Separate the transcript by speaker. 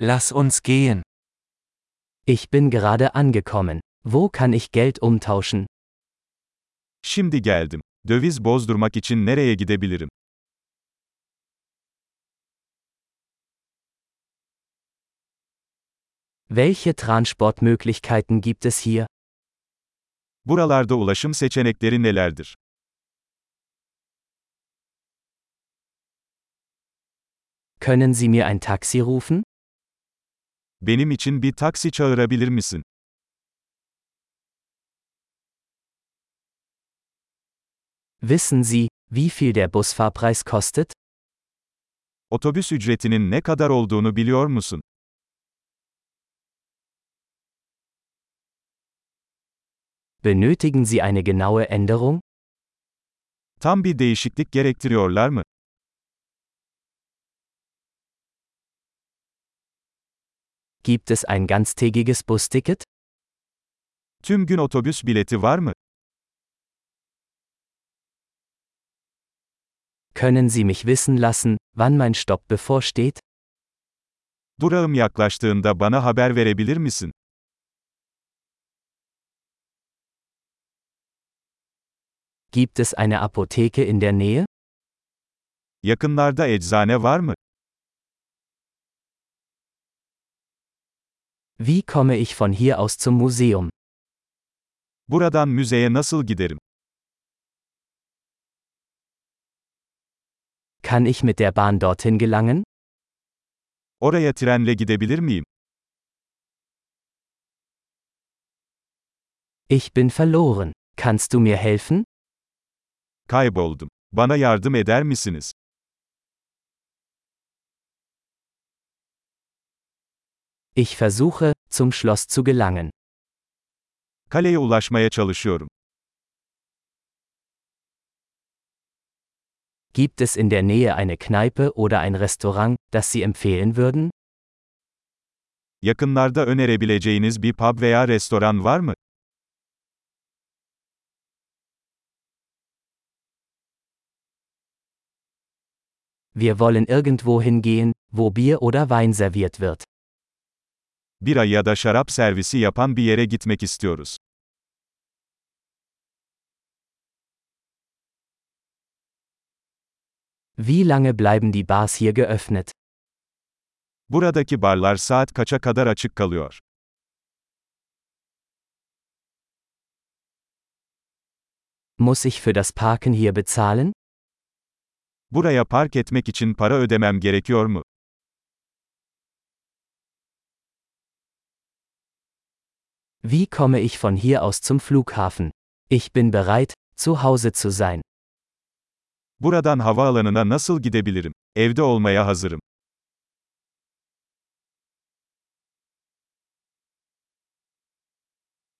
Speaker 1: Lass uns gehen.
Speaker 2: Ich bin gerade angekommen. Wo kann ich Geld umtauschen?
Speaker 3: Şimdi geldim. Döviz bozdurmak için nereye gidebilirim?
Speaker 2: Welche Transportmöglichkeiten gibt es hier?
Speaker 3: Buralarda ulaşım seçenekleri nelerdir?
Speaker 2: Können Sie mir ein Taxi rufen?
Speaker 3: Benim için bir taksi çağırabilir misin?
Speaker 2: Wissen Sie, wie viel der Busfahrpreis kostet?
Speaker 3: Otobüs ücretinin ne kadar olduğunu biliyor musun?
Speaker 2: Benötigen Sie eine genaue Änderung?
Speaker 3: Tam bir değişiklik gerektiriyorlar mı?
Speaker 2: Gibt es ein ganztägiges Busticket?
Speaker 3: Tüm gün otobüs bileti var mı?
Speaker 2: Können Sie mich wissen lassen, wann mein Stopp bevorsteht?
Speaker 3: Durağım yaklaştığında bana haber verebilir misin?
Speaker 2: Gibt es eine Apotheke in der Nähe?
Speaker 3: Yakınlarda eczane var mı?
Speaker 2: Wie komme ich von hier aus zum Museum?
Speaker 3: Buradan müzeye nasıl giderim?
Speaker 2: Kann ich mit der Bahn dorthin gelangen?
Speaker 3: Oraya trenle gidebilir miyim?
Speaker 2: Ich bin verloren. Kannst du mir helfen?
Speaker 3: Kayboldum. Bana yardım eder misiniz?
Speaker 2: Ich versuche, zum Schloss zu gelangen.
Speaker 3: Kaleye ulaşmaya çalışıyorum.
Speaker 2: Gibt es in der Nähe eine Kneipe oder ein Restaurant, das Sie empfehlen würden?
Speaker 3: Yakınlarda önerebileceğiniz bir pub veya restoran var mı?
Speaker 2: Wir wollen irgendwo hingehen, wo Bier oder Wein serviert wird.
Speaker 3: Bira ya da şarap servisi yapan bir yere gitmek istiyoruz.
Speaker 2: Wie lange bleiben die Bars hier geöffnet?
Speaker 3: Buradaki barlar saat kaça kadar açık kalıyor?
Speaker 2: Muss ich für das Parken hier bezahlen?
Speaker 3: Buraya park etmek için para ödemem gerekiyor mu?
Speaker 2: Wie komme ich von hier aus zum Flughafen? Ich bin bereit, zu Hause zu sein.
Speaker 3: Buradan havaalanına nasıl gidebilirim? Evde olmaya hazırım.